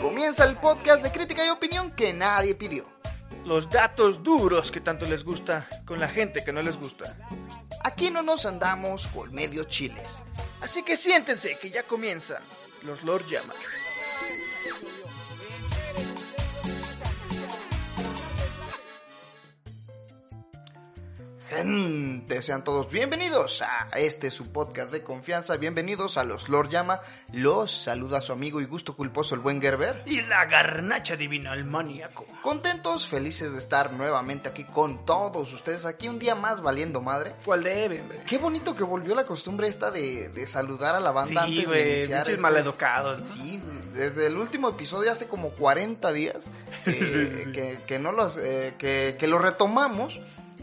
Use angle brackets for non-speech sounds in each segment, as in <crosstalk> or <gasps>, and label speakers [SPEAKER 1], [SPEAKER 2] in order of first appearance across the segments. [SPEAKER 1] Comienza el podcast de crítica y opinión que nadie pidió.
[SPEAKER 2] Los datos duros que tanto les gusta con la gente que no les gusta.
[SPEAKER 1] Aquí no nos andamos por medio chiles.
[SPEAKER 2] Así que siéntense que ya comienzan los Lord Llama.
[SPEAKER 1] Gente, sean todos bienvenidos a este su podcast de confianza. Bienvenidos a los Lord Llama. Los saluda su amigo y gusto culposo el buen Gerber.
[SPEAKER 2] Y la garnacha divina al maníaco.
[SPEAKER 1] Contentos, felices de estar nuevamente aquí con todos ustedes. Aquí un día más valiendo madre.
[SPEAKER 2] ¿Cuál debe, hombre?
[SPEAKER 1] Qué bonito que volvió la costumbre esta de, de saludar a la banda
[SPEAKER 2] Sí,
[SPEAKER 1] antes de
[SPEAKER 2] güey,
[SPEAKER 1] iniciar.
[SPEAKER 2] muchos
[SPEAKER 1] este-
[SPEAKER 2] maleducados, ¿no?
[SPEAKER 1] Sí, desde el último episodio hace como 40 días
[SPEAKER 2] <laughs>
[SPEAKER 1] eh, Que, que no los eh, que, que lo retomamos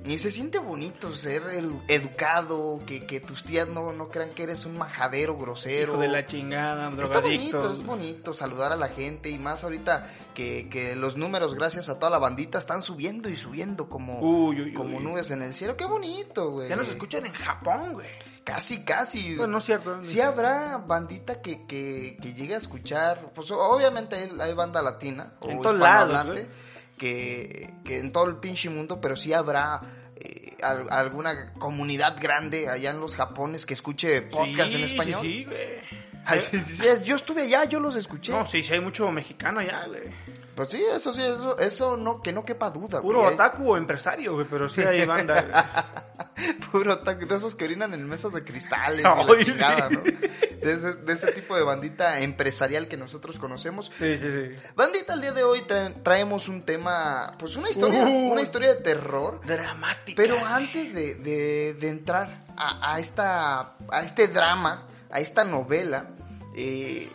[SPEAKER 1] y se siente bonito ser edu- educado, que, que tus tías no, no crean que eres un majadero grosero.
[SPEAKER 2] Hijo de la chingada,
[SPEAKER 1] Está bonito,
[SPEAKER 2] drogadicto.
[SPEAKER 1] es bonito saludar a la gente y más ahorita que, que los números, gracias a toda la bandita, están subiendo y subiendo como,
[SPEAKER 2] Uy, uy, uy.
[SPEAKER 1] como nubes en el cielo. Qué bonito, güey.
[SPEAKER 2] Ya nos escuchan en Japón, güey.
[SPEAKER 1] Casi, casi.
[SPEAKER 2] No, no es cierto.
[SPEAKER 1] Sí habrá bandita que, que, que llegue a escuchar, pues obviamente hay, hay banda latina o
[SPEAKER 2] En todos
[SPEAKER 1] hispanohablante
[SPEAKER 2] lados,
[SPEAKER 1] que, que en todo el pinche mundo, pero sí habrá eh, al- alguna comunidad grande allá en los Japones que escuche podcast
[SPEAKER 2] Sí,
[SPEAKER 1] en español.
[SPEAKER 2] Sí, sí, güey.
[SPEAKER 1] Ay, sí, sí, sí, yo estuve allá, yo los escuché.
[SPEAKER 2] No, sí, sí, hay mucho mexicano allá, güey.
[SPEAKER 1] Pues sí, eso sí, eso, eso no, que no quepa duda.
[SPEAKER 2] Puro
[SPEAKER 1] güey.
[SPEAKER 2] otaku o empresario, güey, pero sí hay banda, güey.
[SPEAKER 1] <laughs> Puro otaku, de esos que orinan en mesas de cristales y la
[SPEAKER 2] Ay, sí.
[SPEAKER 1] chingada, ¿no? De ese, de ese tipo de bandita empresarial que nosotros conocemos.
[SPEAKER 2] Sí, sí, sí.
[SPEAKER 1] Bandita, el día de hoy tra- traemos un tema, pues una historia,
[SPEAKER 2] Uh.
[SPEAKER 1] una historia de terror.
[SPEAKER 2] Dramática.
[SPEAKER 1] Pero antes de, de- de entrar a, a esta, a este drama, a esta novela, eh,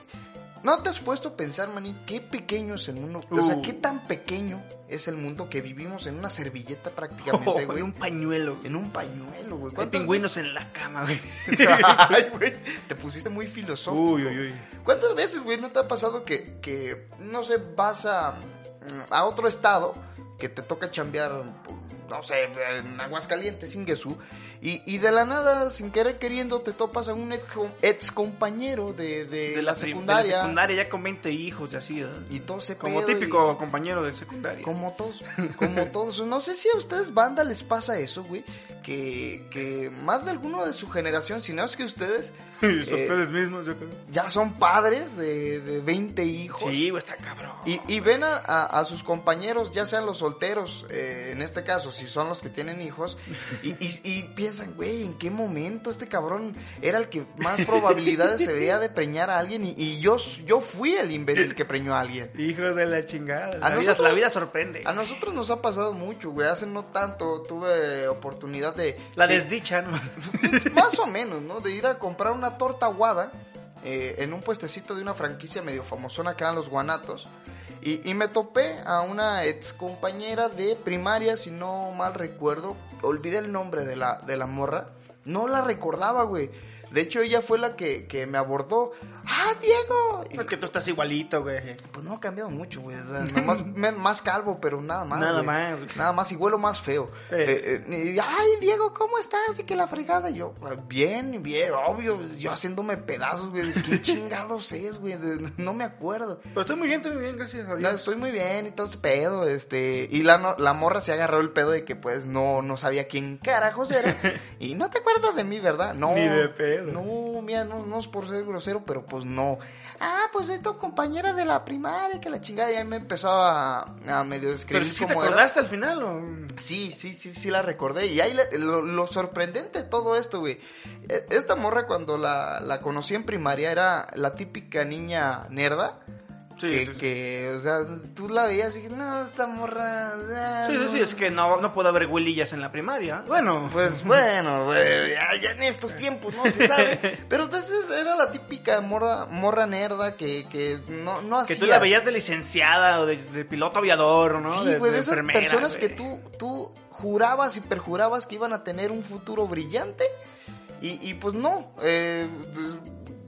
[SPEAKER 1] ¿no te has puesto a pensar, maní, qué pequeño es el mundo? O sea,
[SPEAKER 2] Uh.
[SPEAKER 1] qué tan pequeño es el mundo que vivimos en una servilleta
[SPEAKER 2] Oh, <laughs>
[SPEAKER 1] prácticamente, güey.
[SPEAKER 2] en un pañuelo, güey.
[SPEAKER 1] En un pañuelo, güey.
[SPEAKER 2] Hay
[SPEAKER 1] ¿Cuántas <laughs>
[SPEAKER 2] pingüinos en la cama, güey.
[SPEAKER 1] veces- Ay, güey, te pusiste muy filosófico.
[SPEAKER 2] uy, uy, uy.
[SPEAKER 1] ¿Cuántas veces, güey, no te ha pasado que, que no sé, vas a, mm, a otro estado que te toca chambear, no sé, en Aguascalientes, Inguesú, y, y de la nada, sin querer queriendo, te topas a un ex compañero de, de la,
[SPEAKER 2] prim-
[SPEAKER 1] secundaria,
[SPEAKER 2] de la secundaria ya con 20 hijos y así, ¿verdad?
[SPEAKER 1] y todo se
[SPEAKER 2] Como
[SPEAKER 1] pedo y-
[SPEAKER 2] típico compañero de secundaria.
[SPEAKER 1] como todos, como todos. No sé si a ustedes, banda, les pasa eso, güey. Que, que más de alguno de su generación, si no es que
[SPEAKER 2] <laughs>
[SPEAKER 1] ustedes
[SPEAKER 2] <laughs> Y son
[SPEAKER 1] eh,
[SPEAKER 2] ustedes mismos, yo creo.
[SPEAKER 1] ya son padres de, de 20 hijos.
[SPEAKER 2] Sí, güey, está cabrón.
[SPEAKER 1] Y, y ven a, a- a sus compañeros, ya sean los solteros, eh, en este caso, si son los que tienen hijos, y, y- y piensan, güey, ¿en qué momento este cabrón era el que más probabilidades se veía de preñar a alguien? Y, y yo, yo fui el imbécil que preñó a alguien.
[SPEAKER 2] Hijos de la chingada.
[SPEAKER 1] A
[SPEAKER 2] la,
[SPEAKER 1] nosotros-
[SPEAKER 2] vida, la vida sorprende.
[SPEAKER 1] A nosotros nos ha pasado mucho, güey. Hace no tanto tuve oportunidad de...
[SPEAKER 2] La
[SPEAKER 1] de-
[SPEAKER 2] desdicha,
[SPEAKER 1] <laughs>
[SPEAKER 2] ¿no?
[SPEAKER 1] más o menos, ¿no? De ir a comprar una torta aguada eh, en un puestecito de una franquicia medio famosona que eran los guanatos. Y, y me topé a una ex compañera de primaria, si no mal recuerdo. Olvidé el nombre de la, de la morra. No la recordaba, güey. De hecho, ella fue la que, que me abordó. ¡Ah, Diego! Y-
[SPEAKER 2] Es que tú estás igualito, güey.
[SPEAKER 1] pues no ha cambiado mucho, güey. O sea,
[SPEAKER 2] <laughs>
[SPEAKER 1] nomás- me- más calvo, pero nada más.
[SPEAKER 2] Nada
[SPEAKER 1] güey.
[SPEAKER 2] más, güey.
[SPEAKER 1] Nada más, y huelo más feo.
[SPEAKER 2] Eh.
[SPEAKER 1] Eh, eh, y, Ay, Diego, ¿cómo estás? Y que la fregada. Y Yo, "Ah, bien, bien, obvio. Yo haciéndome pedazos, güey.
[SPEAKER 2] <laughs>
[SPEAKER 1] ¿Qué chingados es, güey? De- No me acuerdo.
[SPEAKER 2] Pero estoy muy bien, estoy muy bien, gracias a
[SPEAKER 1] No,
[SPEAKER 2] Dios.
[SPEAKER 1] estoy muy bien y todo este pedo, este... Y la, no- la morra se agarró el pedo de que, pues, no, no sabía quién carajos era.
[SPEAKER 2] <laughs>
[SPEAKER 1] y no te acuerdas de mí, ¿verdad? No.
[SPEAKER 2] Ni de pedo.
[SPEAKER 1] No, mira, no, no es por ser grosero, pero pues no. Ah, pues soy tu compañera de la primaria, que la chingada. Y ahí me empezaba a, a medio escribir
[SPEAKER 2] Pero si te
[SPEAKER 1] cómo era.
[SPEAKER 2] acordaste al final, ¿o?
[SPEAKER 1] Sí, sí, sí, sí la recordé. Y ahí la- lo, lo sorprendente de todo esto, güey. e- Esta morra cuando la, la conocí en primaria era la típica niña nerda
[SPEAKER 2] Sí,
[SPEAKER 1] que,
[SPEAKER 2] sí, sí.
[SPEAKER 1] que, o sea, tú la veías y no, esta morra. ah,
[SPEAKER 2] Sí, sí,
[SPEAKER 1] no".
[SPEAKER 2] sí, es que no, no puede haber huelillas en la primaria. Bueno, <laughs>
[SPEAKER 1] Pues bueno, güey, ya, ya en estos tiempos no se
[SPEAKER 2] <laughs>
[SPEAKER 1] sabe. Pero entonces era la típica morra, morra nerda que, que no, no
[SPEAKER 2] que
[SPEAKER 1] hacías.
[SPEAKER 2] tú la veías de licenciada o de, de piloto aviador, ¿no?
[SPEAKER 1] Sí, güey, de esas
[SPEAKER 2] enfermera,
[SPEAKER 1] personas
[SPEAKER 2] güey.
[SPEAKER 1] que tú, tú jurabas y perjurabas que iban a tener un futuro brillante y, y pues no, eh, pues,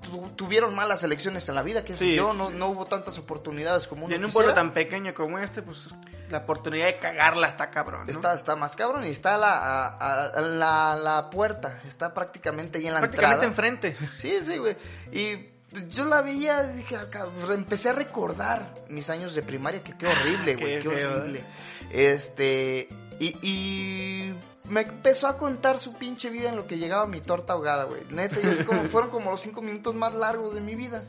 [SPEAKER 1] tu- tuvieron malas elecciones en la vida, que
[SPEAKER 2] Sí,
[SPEAKER 1] yo,
[SPEAKER 2] sí,
[SPEAKER 1] no, no hubo tantas oportunidades como uno
[SPEAKER 2] Y en un
[SPEAKER 1] quisiera.
[SPEAKER 2] pueblo tan pequeño como este, pues la oportunidad de cagarla está cabrón. ¿no?
[SPEAKER 1] Está, está más cabrón y está a la, a- a- a la, la puerta, está prácticamente ahí en la
[SPEAKER 2] prácticamente
[SPEAKER 1] entrada.
[SPEAKER 2] enfrente.
[SPEAKER 1] Sí, sí, güey. Y yo la veía, dije, "Ah, cabrón", empecé a recordar mis años de primaria, que qué horrible, güey,
[SPEAKER 2] Ah, Qué
[SPEAKER 1] qué,
[SPEAKER 2] feo. ¿eh?
[SPEAKER 1] horrible. Este, y, y me empezó a contar su pinche vida en lo que llegaba mi torta ahogada, güey. Neta, y es
[SPEAKER 2] <laughs>
[SPEAKER 1] como, fueron como los cinco minutos más largos de mi vida.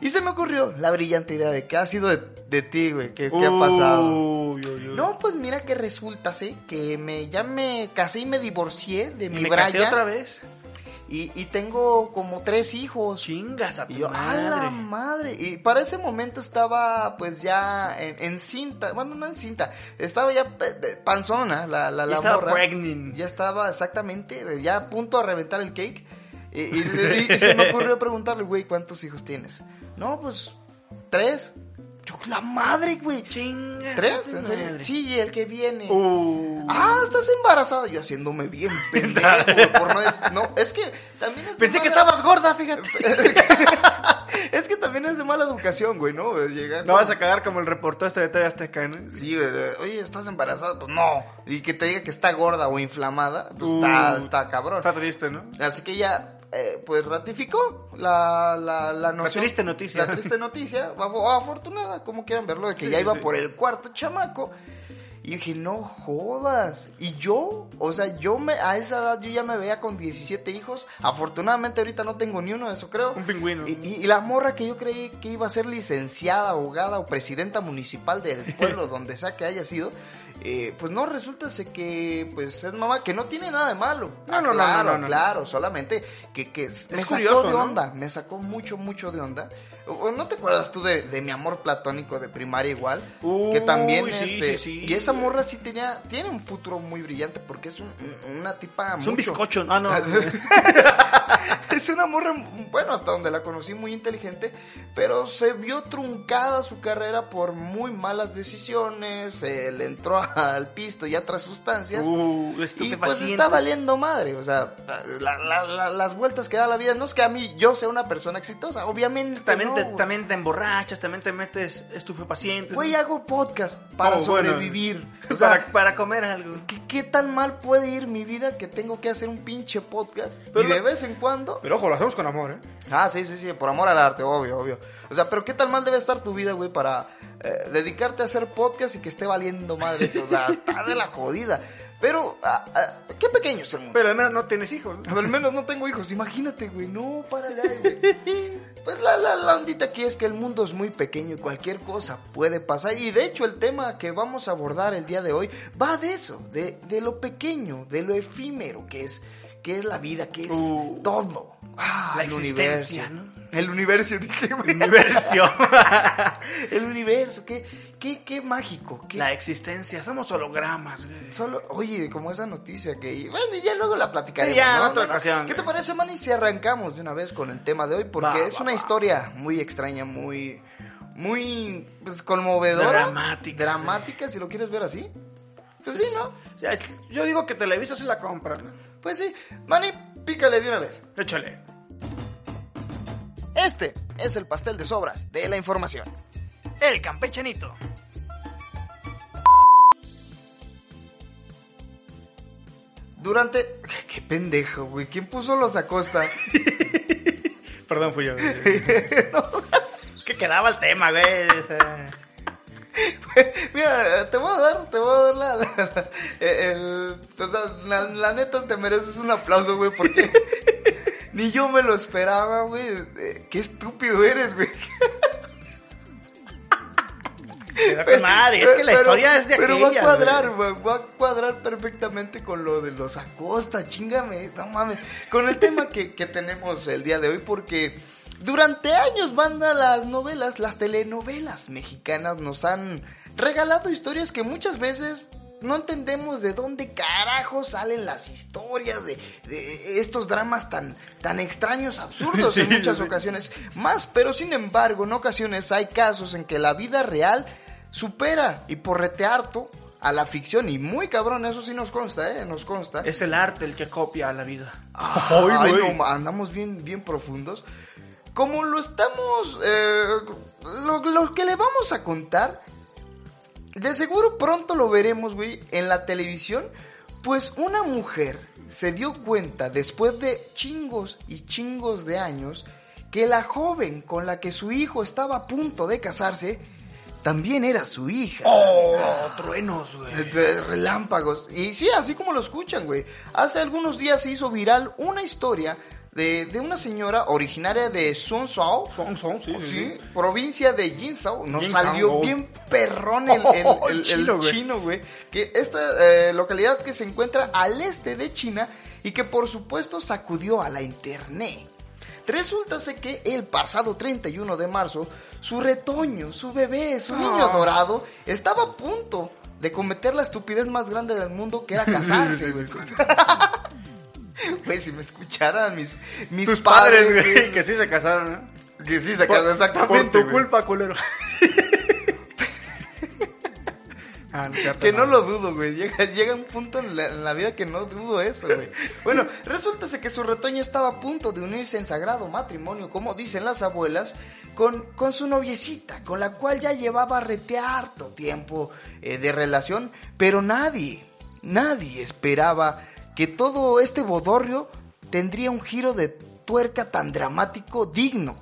[SPEAKER 1] Y se me ocurrió la brillante idea de qué ha sido de, de ti, güey, <laughs> qué,
[SPEAKER 2] Uh,
[SPEAKER 1] qué ha pasado.
[SPEAKER 2] Uy, uy, uy.
[SPEAKER 1] No, pues mira que resulta, sí, que me, ya me casé y me divorcié de
[SPEAKER 2] Y
[SPEAKER 1] mi
[SPEAKER 2] me
[SPEAKER 1] Brian.
[SPEAKER 2] casé otra vez.
[SPEAKER 1] Y, y tengo como tres hijos.
[SPEAKER 2] Chingas a tu
[SPEAKER 1] Y yo,
[SPEAKER 2] madre.
[SPEAKER 1] a la madre. Y para ese momento estaba, pues ya en, en cinta. Bueno, no en cinta. Estaba ya pe- pe- panzona, la, la,
[SPEAKER 2] Ya
[SPEAKER 1] la
[SPEAKER 2] estaba
[SPEAKER 1] morra.
[SPEAKER 2] pregnant.
[SPEAKER 1] Ya estaba exactamente, ya a punto de reventar el cake. Y, y le-
[SPEAKER 2] <laughs>
[SPEAKER 1] y- y se me ocurrió preguntarle, güey, ¿cuántos hijos tienes? No, pues, tres. Yo, la madre, güey.
[SPEAKER 2] Chingas. a
[SPEAKER 1] ¿Tres?
[SPEAKER 2] tu
[SPEAKER 1] ¿En serio?
[SPEAKER 2] madre.
[SPEAKER 1] Sí, y el que viene.
[SPEAKER 2] Uh, Uy.
[SPEAKER 1] Ah, estás embarazada. Yo haciéndome
[SPEAKER 2] <laughs>
[SPEAKER 1] bien pendejo, güey, por no, es, no, es que también es de
[SPEAKER 2] Pensé que
[SPEAKER 1] mala-
[SPEAKER 2] estabas gorda, fíjate.
[SPEAKER 1] <laughs> Es que también es de mala educación, güey, ¿no? Eh, Llegar
[SPEAKER 2] No vas a cagar como el reportero este de TV Azteca, ¿no?
[SPEAKER 1] Sí, güey, de, oye, ¿estás embarazada? Pues no. Y que te diga que está gorda o inflamada, pues
[SPEAKER 2] Uh,
[SPEAKER 1] está, está cabrón.
[SPEAKER 2] Está triste, ¿no?
[SPEAKER 1] Así que ella, eh, pues ratificó la, la, la noción.
[SPEAKER 2] triste noticia.
[SPEAKER 1] La triste noticia, afo- afortunada, como quieran verlo, de que
[SPEAKER 2] Sí,
[SPEAKER 1] ya
[SPEAKER 2] sí,
[SPEAKER 1] iba
[SPEAKER 2] sí.
[SPEAKER 1] por el cuarto chamaco. Y dije, no jodas. Y yo, o sea, yo me, a esa edad yo ya me veía con 17 hijos. Afortunadamente ahorita no tengo ni uno de eso, creo.
[SPEAKER 2] Un pingüino.
[SPEAKER 1] Y, y- y la morra que yo creí que iba a ser licenciada, abogada o presidenta municipal
[SPEAKER 2] <laughs>
[SPEAKER 1] del pueblo, donde sea que haya sido, eh, pues no, resulta ser que pues es mamá, que no tiene nada de malo.
[SPEAKER 2] No, no, no,
[SPEAKER 1] claro,
[SPEAKER 2] no, no, no.
[SPEAKER 1] claro, solamente que, que me
[SPEAKER 2] curioso,
[SPEAKER 1] sacó de
[SPEAKER 2] ¿no?
[SPEAKER 1] onda, me sacó mucho, mucho de onda. O- o ¿No te acuerdas tú de, de mi amor platónico de primaria igual? que
[SPEAKER 2] Uy,
[SPEAKER 1] también,
[SPEAKER 2] sí,
[SPEAKER 1] este,
[SPEAKER 2] sí, sí.
[SPEAKER 1] y esa morra sí tenía, tiene un futuro muy brillante porque es un- un- una tipa
[SPEAKER 2] Es un
[SPEAKER 1] mucho-
[SPEAKER 2] bizcocho. Ah, no.
[SPEAKER 1] <laughs> es una morra, bueno, hasta donde la conocí, muy inteligente, pero se vio truncada su carrera por muy malas decisiones, eh, le entró al pisto y a otras sustancias.
[SPEAKER 2] Uh,
[SPEAKER 1] y
[SPEAKER 2] estupefacientes.
[SPEAKER 1] pues está valiendo madre, o sea, la- la- la- las vueltas que da la vida, no es que a mí yo sea una persona exitosa, obviamente.
[SPEAKER 2] También,
[SPEAKER 1] no,
[SPEAKER 2] te,
[SPEAKER 1] güey.
[SPEAKER 2] también te emborrachas, también te metes estupefacientes. <laughs>
[SPEAKER 1] Güey, hago podcast para
[SPEAKER 2] Oh, bueno. <laughs>
[SPEAKER 1] sobrevivir. O sea,
[SPEAKER 2] para, para comer algo.
[SPEAKER 1] ¿qué, qué tan mal puede ir mi vida que tengo que hacer un pinche podcast?
[SPEAKER 2] Pero
[SPEAKER 1] y de
[SPEAKER 2] lo-
[SPEAKER 1] vez en cuando
[SPEAKER 2] Pero ojo, lo hacemos con amor, ¿eh?
[SPEAKER 1] Ah, sí, sí, sí, por amor al arte, obvio, obvio. O sea, pero qué tan mal debe estar tu vida, güey, para eh, dedicarte a hacer podcast y que esté valiendo madre. O sea, <laughs> está de la jodida. Pero, ah, ah, qué pequeño es el mundo.
[SPEAKER 2] Pero al menos no tienes hijos. ¿no? <laughs>
[SPEAKER 1] Pero al menos no tengo hijos, imagínate, güey, no, para allá, güey. Pues la, la, la ondita aquí es que el mundo es muy pequeño y cualquier cosa puede pasar. Y de hecho el tema que vamos a abordar el día de hoy va de eso, de, de lo pequeño, de lo efímero que es, que es la vida, que es
[SPEAKER 2] Uh.
[SPEAKER 1] todo. Ah,
[SPEAKER 2] La
[SPEAKER 1] el
[SPEAKER 2] existencia,
[SPEAKER 1] universo.
[SPEAKER 2] ¿no?
[SPEAKER 1] El universo, <laughs> dije, güey.
[SPEAKER 2] Diversión. <laughs>
[SPEAKER 1] El universo, qué, qué, qué mágico. Qué...
[SPEAKER 2] La existencia. Somos hologramas, güey.
[SPEAKER 1] Solo, oye, como esa noticia que... Bueno, ya luego la platicaremos.
[SPEAKER 2] Ya, en
[SPEAKER 1] ¿no?
[SPEAKER 2] otra
[SPEAKER 1] No, no.
[SPEAKER 2] ocasión,
[SPEAKER 1] ¿Qué te
[SPEAKER 2] güey.
[SPEAKER 1] parece, Manny, si arrancamos de una vez con el tema de hoy? Porque
[SPEAKER 2] Va,
[SPEAKER 1] es
[SPEAKER 2] va,
[SPEAKER 1] una
[SPEAKER 2] va.
[SPEAKER 1] historia muy extraña, muy... Muy pues, conmovedora.
[SPEAKER 2] Dramática,
[SPEAKER 1] Dramática, si lo quieres ver así. Pues sí, ¿no?
[SPEAKER 2] O sea, yo digo que Televisa se la compra.
[SPEAKER 1] Pues sí. Manny, pícale de una vez.
[SPEAKER 2] Échale.
[SPEAKER 1] Este es el pastel de sobras de la información.
[SPEAKER 2] El campechanito.
[SPEAKER 1] Durante... <laughs> Qué pendejo, güey. ¿Quién puso los acosta?
[SPEAKER 2] Perdón, <laughs> fui yo. que quedaba el tema, güey. o sea.
[SPEAKER 1] Mira, te voy a dar, te voy a dar la, la- el- o sea, la, la neta te mereces un aplauso, güey, porque ni yo me lo esperaba, güey. Eh, Qué estúpido eres, güey.
[SPEAKER 2] Quedó con madre. Es que la
[SPEAKER 1] Pero-
[SPEAKER 2] historia es de
[SPEAKER 1] Pero
[SPEAKER 2] aquellas,
[SPEAKER 1] va a cuadrar, güey, va a cuadrar perfectamente con lo de los Acosta, chingame, no mames. Con el tema que, que tenemos el día de hoy, porque Durante años, banda, las novelas, las telenovelas mexicanas nos han regalado historias que muchas veces no entendemos de dónde carajo salen las historias de, de estos dramas tan, tan extraños,
[SPEAKER 2] <laughs>
[SPEAKER 1] absurdos en
[SPEAKER 2] Sí,
[SPEAKER 1] muchas
[SPEAKER 2] sí.
[SPEAKER 1] ocasiones más, pero sin embargo, en ocasiones hay casos en que la vida real supera y porrete harto a la ficción y muy cabrón, eso sí nos consta, eh, nos consta.
[SPEAKER 2] Es el arte el que copia a la vida.
[SPEAKER 1] Ay,
[SPEAKER 2] güey.
[SPEAKER 1] no, ma- andamos bien, bien profundos. Como lo estamos. eh, lo, lo que le vamos a contar. De seguro pronto lo veremos, güey, en la televisión. Pues una mujer se dio cuenta después de chingos y chingos de años que la joven con la que su hijo estaba a punto de casarse también era su hija.
[SPEAKER 2] Oh, truenos,
[SPEAKER 1] De-
[SPEAKER 2] güey.
[SPEAKER 1] de Relámpagos. Y sí, así como lo escuchan, güey. Hace algunos días se hizo viral una historia de, de una señora originaria de Sonsao.
[SPEAKER 2] Sonsao, sí, sí, sí.
[SPEAKER 1] Provincia de Jinsao. Nos
[SPEAKER 2] Jinsao,
[SPEAKER 1] salió
[SPEAKER 2] no.
[SPEAKER 1] bien perrón el, el-
[SPEAKER 2] <laughs> Oh,
[SPEAKER 1] el- el
[SPEAKER 2] chino, güey.
[SPEAKER 1] chino, güey. Que esta eh, localidad que se encuentra al este de China y que por supuesto sacudió a la internet. Resultase que el pasado 31 de marzo, su retoño, su bebé, su niño
[SPEAKER 2] Ah.
[SPEAKER 1] dorado, estaba a punto de cometer la estupidez más grande del mundo,
[SPEAKER 2] <laughs>
[SPEAKER 1] que era casarse, güey. <laughs> Güey, si me escucharan mis, mis
[SPEAKER 2] Tus padres, güey,
[SPEAKER 1] güey,
[SPEAKER 2] que sí se casaron, ¿no?
[SPEAKER 1] Que sí, se casó exactamente.
[SPEAKER 2] Por tu
[SPEAKER 1] güey. <laughs>
[SPEAKER 2] culpa, culero. Ah, no es cierto,
[SPEAKER 1] Que no lo dudo, güey. <laughs> Llega, llega un punto en la, en la vida que no dudo eso, güey. Bueno, resulta ser que su retoño estaba a punto de unirse en sagrado matrimonio, como dicen las abuelas, con, con su noviecita, con la cual ya llevaba rete harto tiempo eh, de relación, pero nadie, nadie esperaba que todo este bodorrio tendría un giro de tuerca tan dramático digno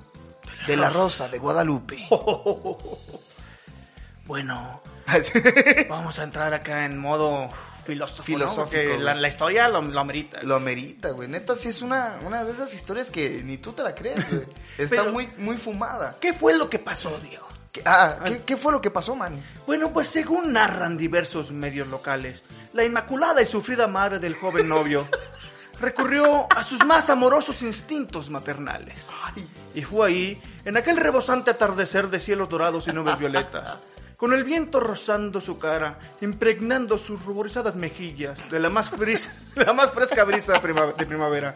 [SPEAKER 1] de la Rosa de Guadalupe.
[SPEAKER 2] Bueno, <laughs> vamos a entrar acá en modo filosófico.
[SPEAKER 1] Filosófico,
[SPEAKER 2] ¿no? Porque
[SPEAKER 1] güey.
[SPEAKER 2] la, la historia lo, lo amerita.
[SPEAKER 1] Lo amerita, güey. Neta, sí es una, una de esas historias que ni tú te la crees,
[SPEAKER 2] <laughs>
[SPEAKER 1] güey. Está
[SPEAKER 2] Pero-
[SPEAKER 1] muy, muy fumada.
[SPEAKER 2] ¿Qué fue lo que pasó, Diego?
[SPEAKER 1] ¿Qué- ah, ¿qué, qué fue lo que pasó, man?
[SPEAKER 2] Bueno, pues según narran diversos medios locales, la inmaculada y sufrida madre del
[SPEAKER 1] <laughs>
[SPEAKER 2] joven novio recurrió a sus más amorosos instintos maternales.
[SPEAKER 1] Ay,
[SPEAKER 2] Y fue ahí, en aquel rebosante atardecer de cielos dorados y nubes
[SPEAKER 1] <laughs>
[SPEAKER 2] violetas, con el viento rozando su cara, impregnando sus ruborizadas mejillas <laughs> de la más, frisa- la más fresca brisa prima- de primavera.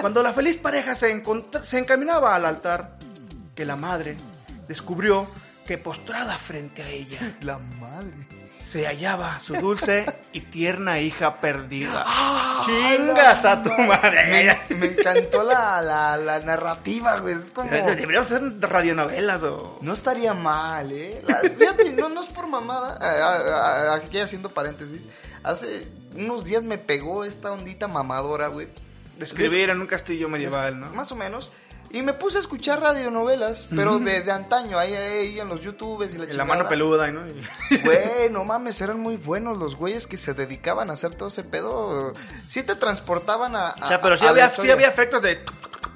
[SPEAKER 2] Cuando la feliz pareja se, encontr- se encaminaba al altar, que la madre descubrió que postrada frente a ella
[SPEAKER 1] <laughs> la madre.
[SPEAKER 2] se hallaba su dulce y tierna hija
[SPEAKER 1] <laughs>
[SPEAKER 2] perdida. ¡Chingas a tu madre!
[SPEAKER 1] ¡Ah, Me, me encantó la, la, la narrativa, güey. Es como.
[SPEAKER 2] Deberían ser radionovelas o...
[SPEAKER 1] No estaría mal, ¿eh? La- fíjate, no, no es por mamada. ah, ah, ah, Aquí haciendo paréntesis. Hace unos días me pegó esta ondita mamadora, güey.
[SPEAKER 2] Escribir en un castillo medieval, ¿no?
[SPEAKER 1] Más o menos. Y me puse a escuchar radionovelas, pero de, de antaño, ahí, ahí en los youtubes y la
[SPEAKER 2] En la
[SPEAKER 1] chingada.
[SPEAKER 2] mano peluda, ¿no?
[SPEAKER 1] <laughs> Güey, no mames, eran muy buenos los güeyes que se dedicaban a hacer todo ese pedo. Sí te transportaban a... a-
[SPEAKER 2] O sea, pero sí
[SPEAKER 1] a la
[SPEAKER 2] había, sí
[SPEAKER 1] historia.
[SPEAKER 2] había efectos de,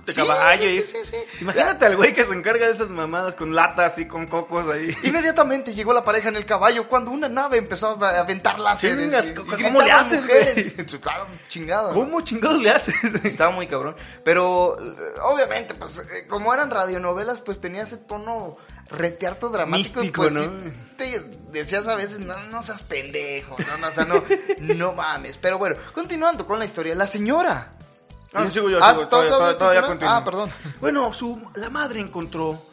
[SPEAKER 2] de
[SPEAKER 1] Sí,
[SPEAKER 2] caballo.
[SPEAKER 1] sí,
[SPEAKER 2] y-
[SPEAKER 1] sí, sí, sí.
[SPEAKER 2] <laughs> Imagínate al güey que se encarga de esas mamadas con latas y con cocos
[SPEAKER 1] <laughs>
[SPEAKER 2] ahí.
[SPEAKER 1] Inmediatamente llegó la pareja en el caballo cuando una nave empezó a aventar láseres.
[SPEAKER 2] Chingas,
[SPEAKER 1] y- y
[SPEAKER 2] ¿cómo le
[SPEAKER 1] gritaban
[SPEAKER 2] haces,
[SPEAKER 1] mujeres. <laughs> Claro, chingada. ¿no?
[SPEAKER 2] ¿Cómo chingados le haces?
[SPEAKER 1] Estaba muy cabrón. Pero eh, obviamente, pues eh, como eran radionovelas, pues tenía ese tono retearto dramático. y,
[SPEAKER 2] Místico,
[SPEAKER 1] pues,
[SPEAKER 2] ¿no?
[SPEAKER 1] sí te decías a veces, no, no seas pendejo, no, no, o sea, no, no mames. Pero bueno, continuando con la historia, la señora.
[SPEAKER 2] <laughs> Ah, sigo yo, sigo,
[SPEAKER 1] ¿tod-
[SPEAKER 2] todavía- todavía- todavía
[SPEAKER 1] continúa?
[SPEAKER 2] continúo.
[SPEAKER 1] Ah, perdón.
[SPEAKER 2] Bueno, su, la madre encontró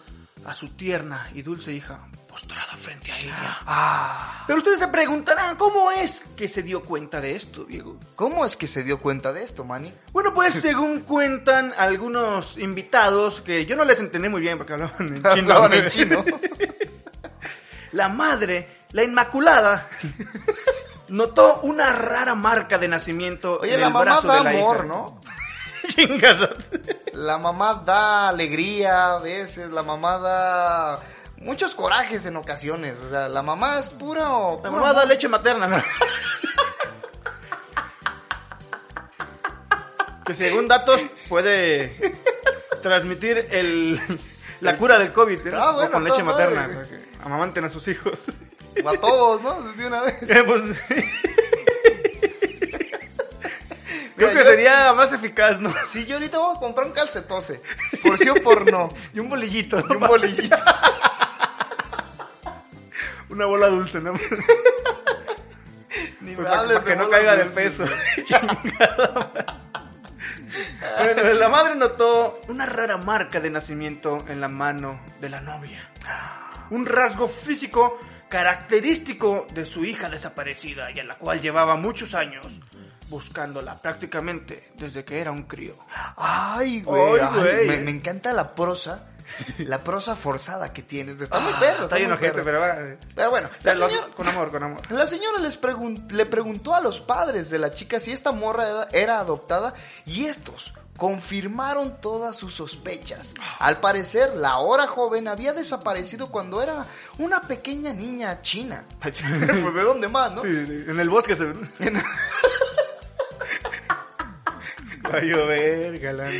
[SPEAKER 2] a su tierna y dulce hija postrada frente a ella.
[SPEAKER 1] Ah,
[SPEAKER 2] Pero ustedes se preguntarán, ¿cómo es que se dio cuenta de esto, Diego?
[SPEAKER 1] ¿cómo es que se dio cuenta de esto, Manny? <laughs>
[SPEAKER 2] Bueno, pues según cuentan algunos invitados, que yo no les entendí muy bien porque hablaban en chino.
[SPEAKER 1] <laughs> Hablaban en chino.
[SPEAKER 2] <laughs> La madre, la inmaculada, notó una rara marca de nacimiento
[SPEAKER 1] Oye,
[SPEAKER 2] en
[SPEAKER 1] la
[SPEAKER 2] el
[SPEAKER 1] mamá
[SPEAKER 2] brazo
[SPEAKER 1] da
[SPEAKER 2] de la
[SPEAKER 1] amor,
[SPEAKER 2] hija. <laughs>
[SPEAKER 1] ¿no?
[SPEAKER 2] Chingas.
[SPEAKER 1] La mamá da alegría a veces, la mamá da muchos corajes en ocasiones. O sea, la mamá es pura o...
[SPEAKER 2] La mamá da leche materna, ¿no? que según datos puede transmitir el la cura del COVID, ¿no?
[SPEAKER 1] Ah, bueno,
[SPEAKER 2] O con leche
[SPEAKER 1] toda madre,
[SPEAKER 2] materna,
[SPEAKER 1] güey.
[SPEAKER 2] para que amamanten a sus hijos.
[SPEAKER 1] O <laughs>
[SPEAKER 2] <laughs> pues,
[SPEAKER 1] a todos, ¿no? De una vez.
[SPEAKER 2] Eh, pues, Creo
[SPEAKER 1] Mira,
[SPEAKER 2] que
[SPEAKER 1] yo-
[SPEAKER 2] sería más eficaz, ¿no?
[SPEAKER 1] Si yo ahorita voy a comprar un calcetose, <laughs> por sí o por no,
[SPEAKER 2] Y un bolillito, <laughs>
[SPEAKER 1] y
[SPEAKER 2] ¿no?
[SPEAKER 1] un bolillito.
[SPEAKER 2] Una bola dulce, ¿no? Pues
[SPEAKER 1] Ni me
[SPEAKER 2] para,
[SPEAKER 1] hables
[SPEAKER 2] para que
[SPEAKER 1] de
[SPEAKER 2] no
[SPEAKER 1] bola
[SPEAKER 2] caiga de
[SPEAKER 1] dulce,
[SPEAKER 2] peso.
[SPEAKER 1] güey.
[SPEAKER 2] <laughs> Chingada madre. bueno, la madre notó una rara marca de nacimiento en la mano de la novia. Un rasgo físico característico de su hija desaparecida y a la cual llevaba muchos años buscándola prácticamente desde que era un crío.
[SPEAKER 1] Ay, güey.
[SPEAKER 2] Ay,
[SPEAKER 1] ay,
[SPEAKER 2] güey.
[SPEAKER 1] me, me encanta la prosa, la prosa forzada que tienes. Está muy perro.
[SPEAKER 2] Ah, Está lleno
[SPEAKER 1] muy
[SPEAKER 2] de gente,
[SPEAKER 1] perro.
[SPEAKER 2] pero eh. bueno.
[SPEAKER 1] Pero bueno,
[SPEAKER 2] O sea,
[SPEAKER 1] la
[SPEAKER 2] lo-
[SPEAKER 1] señora-
[SPEAKER 2] con amor, con amor.
[SPEAKER 1] La señora les pregun- le preguntó a los padres de la chica si esta morra era- era adoptada y estos confirmaron todas sus sospechas. Al parecer, la ahora joven había desaparecido cuando era una pequeña niña china. <laughs> Pues, ¿De dónde más, no?
[SPEAKER 2] Sí, sí, en el bosque se... <laughs> Va a llover, galán.
[SPEAKER 1] <laughs>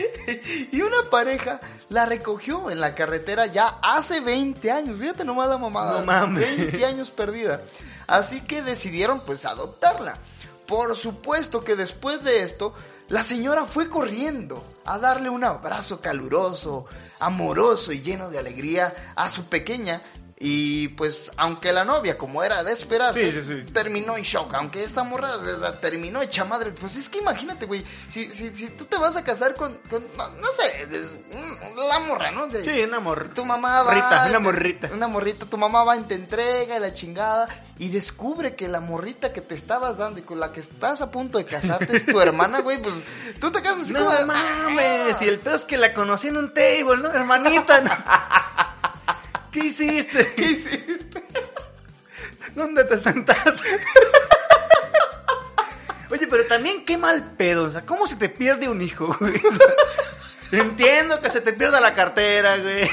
[SPEAKER 1] Y una pareja la recogió en la carretera ya hace 20 años. Fíjate nomás la mamada.
[SPEAKER 2] No mames.
[SPEAKER 1] 20 años perdida. Así que decidieron pues adoptarla. Por supuesto que después de esto, la señora fue corriendo a darle un abrazo caluroso, amoroso y lleno de alegría a su pequeña. Y pues, aunque la novia, como era de esperarse,
[SPEAKER 2] Sí, sí, sí.
[SPEAKER 1] terminó en shock. Aunque esta morra o sea, terminó hecha madre. Pues es que imagínate, güey. Si, si, si tú te vas a casar con. con- no, no sé, de- mm, la morra, ¿no? De-
[SPEAKER 2] Sí, una morrita.
[SPEAKER 1] tu mamá va.
[SPEAKER 2] Rita,
[SPEAKER 1] y
[SPEAKER 2] una
[SPEAKER 1] te-
[SPEAKER 2] morrita.
[SPEAKER 1] Una morrita, tu mamá va y te entrega y la chingada. Y descubre que la morrita que te estabas dando y con la que estás a punto de casarte es
[SPEAKER 2] <laughs>
[SPEAKER 1] tu hermana, güey. Pues tú te casas así como de- Ah.
[SPEAKER 2] No mames, y el pedo es que la conocí en un table, ¿no?
[SPEAKER 1] <laughs>
[SPEAKER 2] Hermanita, ¿no? ¿Qué hiciste?
[SPEAKER 1] ¿Qué hiciste?
[SPEAKER 2] ¿Dónde te sentaste? Oye, pero también qué mal pedo, o sea, ¿cómo se te pierde un hijo, güey? O sea, Entiendo que se te pierda la cartera, güey,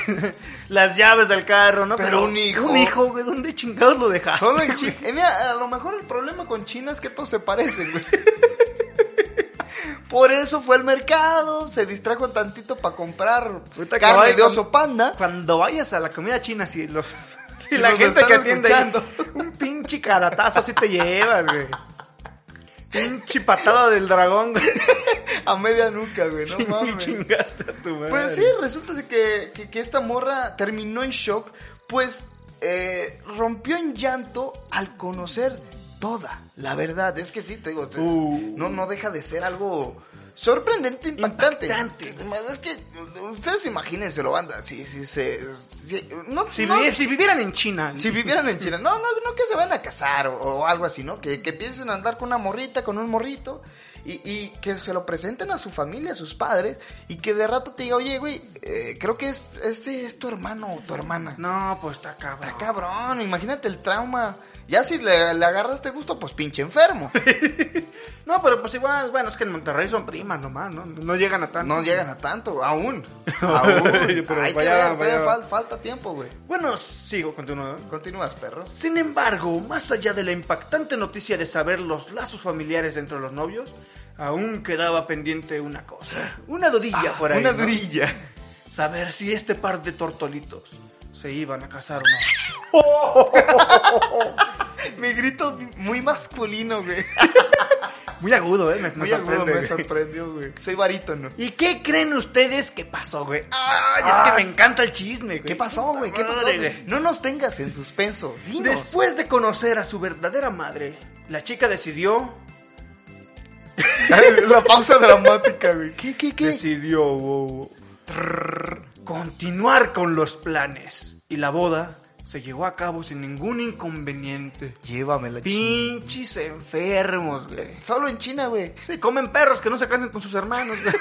[SPEAKER 2] las llaves del carro, ¿no?
[SPEAKER 1] Pero un hijo.
[SPEAKER 2] Un hijo, güey, ¿dónde chingados lo dejaste?
[SPEAKER 1] Solo en China. Eh, mira, a lo mejor el problema con China es que todos se parecen, güey. <laughs> Por eso fue al mercado, se distrajo tantito para comprar
[SPEAKER 2] Ahorita que
[SPEAKER 1] carne
[SPEAKER 2] vaya
[SPEAKER 1] de
[SPEAKER 2] con-
[SPEAKER 1] oso panda.
[SPEAKER 2] Cuando vayas a la comida china, si los. <laughs> Si,
[SPEAKER 1] Si
[SPEAKER 2] la
[SPEAKER 1] nos
[SPEAKER 2] gente
[SPEAKER 1] están
[SPEAKER 2] que atiende ahí,
[SPEAKER 1] escuchando.
[SPEAKER 2] un pinche caratazo si te llevas, güey. Pinche patada del dragón, güey.
[SPEAKER 1] <laughs> A media nuca, güey, no
[SPEAKER 2] Y
[SPEAKER 1] mames.
[SPEAKER 2] chingaste a tu madre.
[SPEAKER 1] Pues sí, resulta ser que, que, que esta morra terminó en shock, pues eh, rompió en llanto al conocer toda la verdad. Es que sí, te digo, te-
[SPEAKER 2] Uh.
[SPEAKER 1] no, no deja de ser algo sorprendente, impactante.
[SPEAKER 2] Impactante.
[SPEAKER 1] Es que ustedes imagínense lo banda, si, si se... Si, no,
[SPEAKER 2] Si,
[SPEAKER 1] no-
[SPEAKER 2] vi- si vivieran en China.
[SPEAKER 1] si vivieran en China, no, no, no que se van a casar o, o algo así, ¿no? Que, que piensen andar con una morrita, con un morrito y, y que se lo presenten a su familia, a sus padres y que de rato te diga, oye, güey, eh, creo que es, este es tu hermano o tu hermana.
[SPEAKER 2] No, pues está cabrón.
[SPEAKER 1] Está cabrón, imagínate el trauma. Ya si le, le agarraste gusto, pues pinche enfermo.
[SPEAKER 2] No, pero pues igual, bueno, es que en Monterrey son primas nomás, ¿no? No llegan a tanto.
[SPEAKER 1] No llegan a tanto,
[SPEAKER 2] <laughs>
[SPEAKER 1] aún. Aún.
[SPEAKER 2] Pero
[SPEAKER 1] Hay que
[SPEAKER 2] vaya,
[SPEAKER 1] ver, todavía
[SPEAKER 2] vaya.
[SPEAKER 1] fal- falta tiempo, güey.
[SPEAKER 2] Bueno, sigo, continuando.
[SPEAKER 1] Continúas, perro.
[SPEAKER 2] Sin embargo, más allá de la impactante noticia de saber los lazos familiares entre los novios, aún quedaba pendiente una cosa. Una dudilla por ahí.
[SPEAKER 1] Ah, Una
[SPEAKER 2] ¿no?
[SPEAKER 1] dudilla.
[SPEAKER 2] Saber si este par de tortolitos se iban a casar o no.
[SPEAKER 1] Mi grito muy masculino, güey.
[SPEAKER 2] Muy agudo, ¿eh? Me, me
[SPEAKER 1] Muy
[SPEAKER 2] sorprende.
[SPEAKER 1] agudo, me
[SPEAKER 2] güey.
[SPEAKER 1] sorprendió, güey. Soy barítono.
[SPEAKER 2] ¿Y qué creen ustedes que pasó, güey? Ay, es que me encanta el chisme, güey.
[SPEAKER 1] ¿Qué pasó, güey? ¿Qué
[SPEAKER 2] Puta
[SPEAKER 1] pasó?
[SPEAKER 2] madre,
[SPEAKER 1] güey?
[SPEAKER 2] güey.
[SPEAKER 1] No nos tengas en suspenso. Dinos.
[SPEAKER 2] Después de conocer a su verdadera madre, la chica <laughs> decidió...
[SPEAKER 1] la pausa dramática, güey. ¿Qué, qué, qué?
[SPEAKER 2] Decidió... continuar con los planes. Y la boda se llevó a cabo sin ningún inconveniente.
[SPEAKER 1] Llévame la chingada.
[SPEAKER 2] Pinches enfermos, güey.
[SPEAKER 1] Solo en China, güey.
[SPEAKER 2] Sí, comen perros que no se cansan con sus hermanos, güey.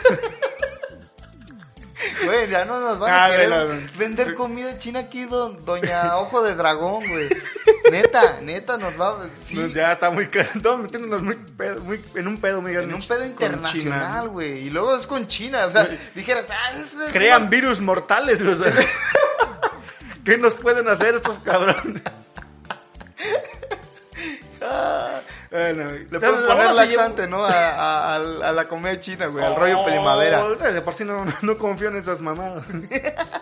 [SPEAKER 1] Güey, ya no nos van
[SPEAKER 2] Ah,
[SPEAKER 1] a querer
[SPEAKER 2] güey, no, no.
[SPEAKER 1] vender comida china aquí, don, doña Ojo de Dragón, güey. Neta, neta, nos va. Sí,
[SPEAKER 2] <laughs> No, ya está muy caro. <laughs> Estamos metiéndonos muy pedo- muy- en un pedo, muy grande
[SPEAKER 1] en un
[SPEAKER 2] con
[SPEAKER 1] pedo
[SPEAKER 2] China,
[SPEAKER 1] internacional,
[SPEAKER 2] ¿no?
[SPEAKER 1] güey. Y luego es con China, o sea, dijeras, ah, es. es-
[SPEAKER 2] Crean virus mortales, güey. o <laughs> sea. ¿Qué nos pueden hacer estos cabrones?
[SPEAKER 1] Ah,
[SPEAKER 2] Bueno,
[SPEAKER 1] Le pueden poner laxante, ¿no? A, a- a- a la comida china, güey. Al rollo primavera.
[SPEAKER 2] De por sí no, no confío en esas mamadas. <laughs>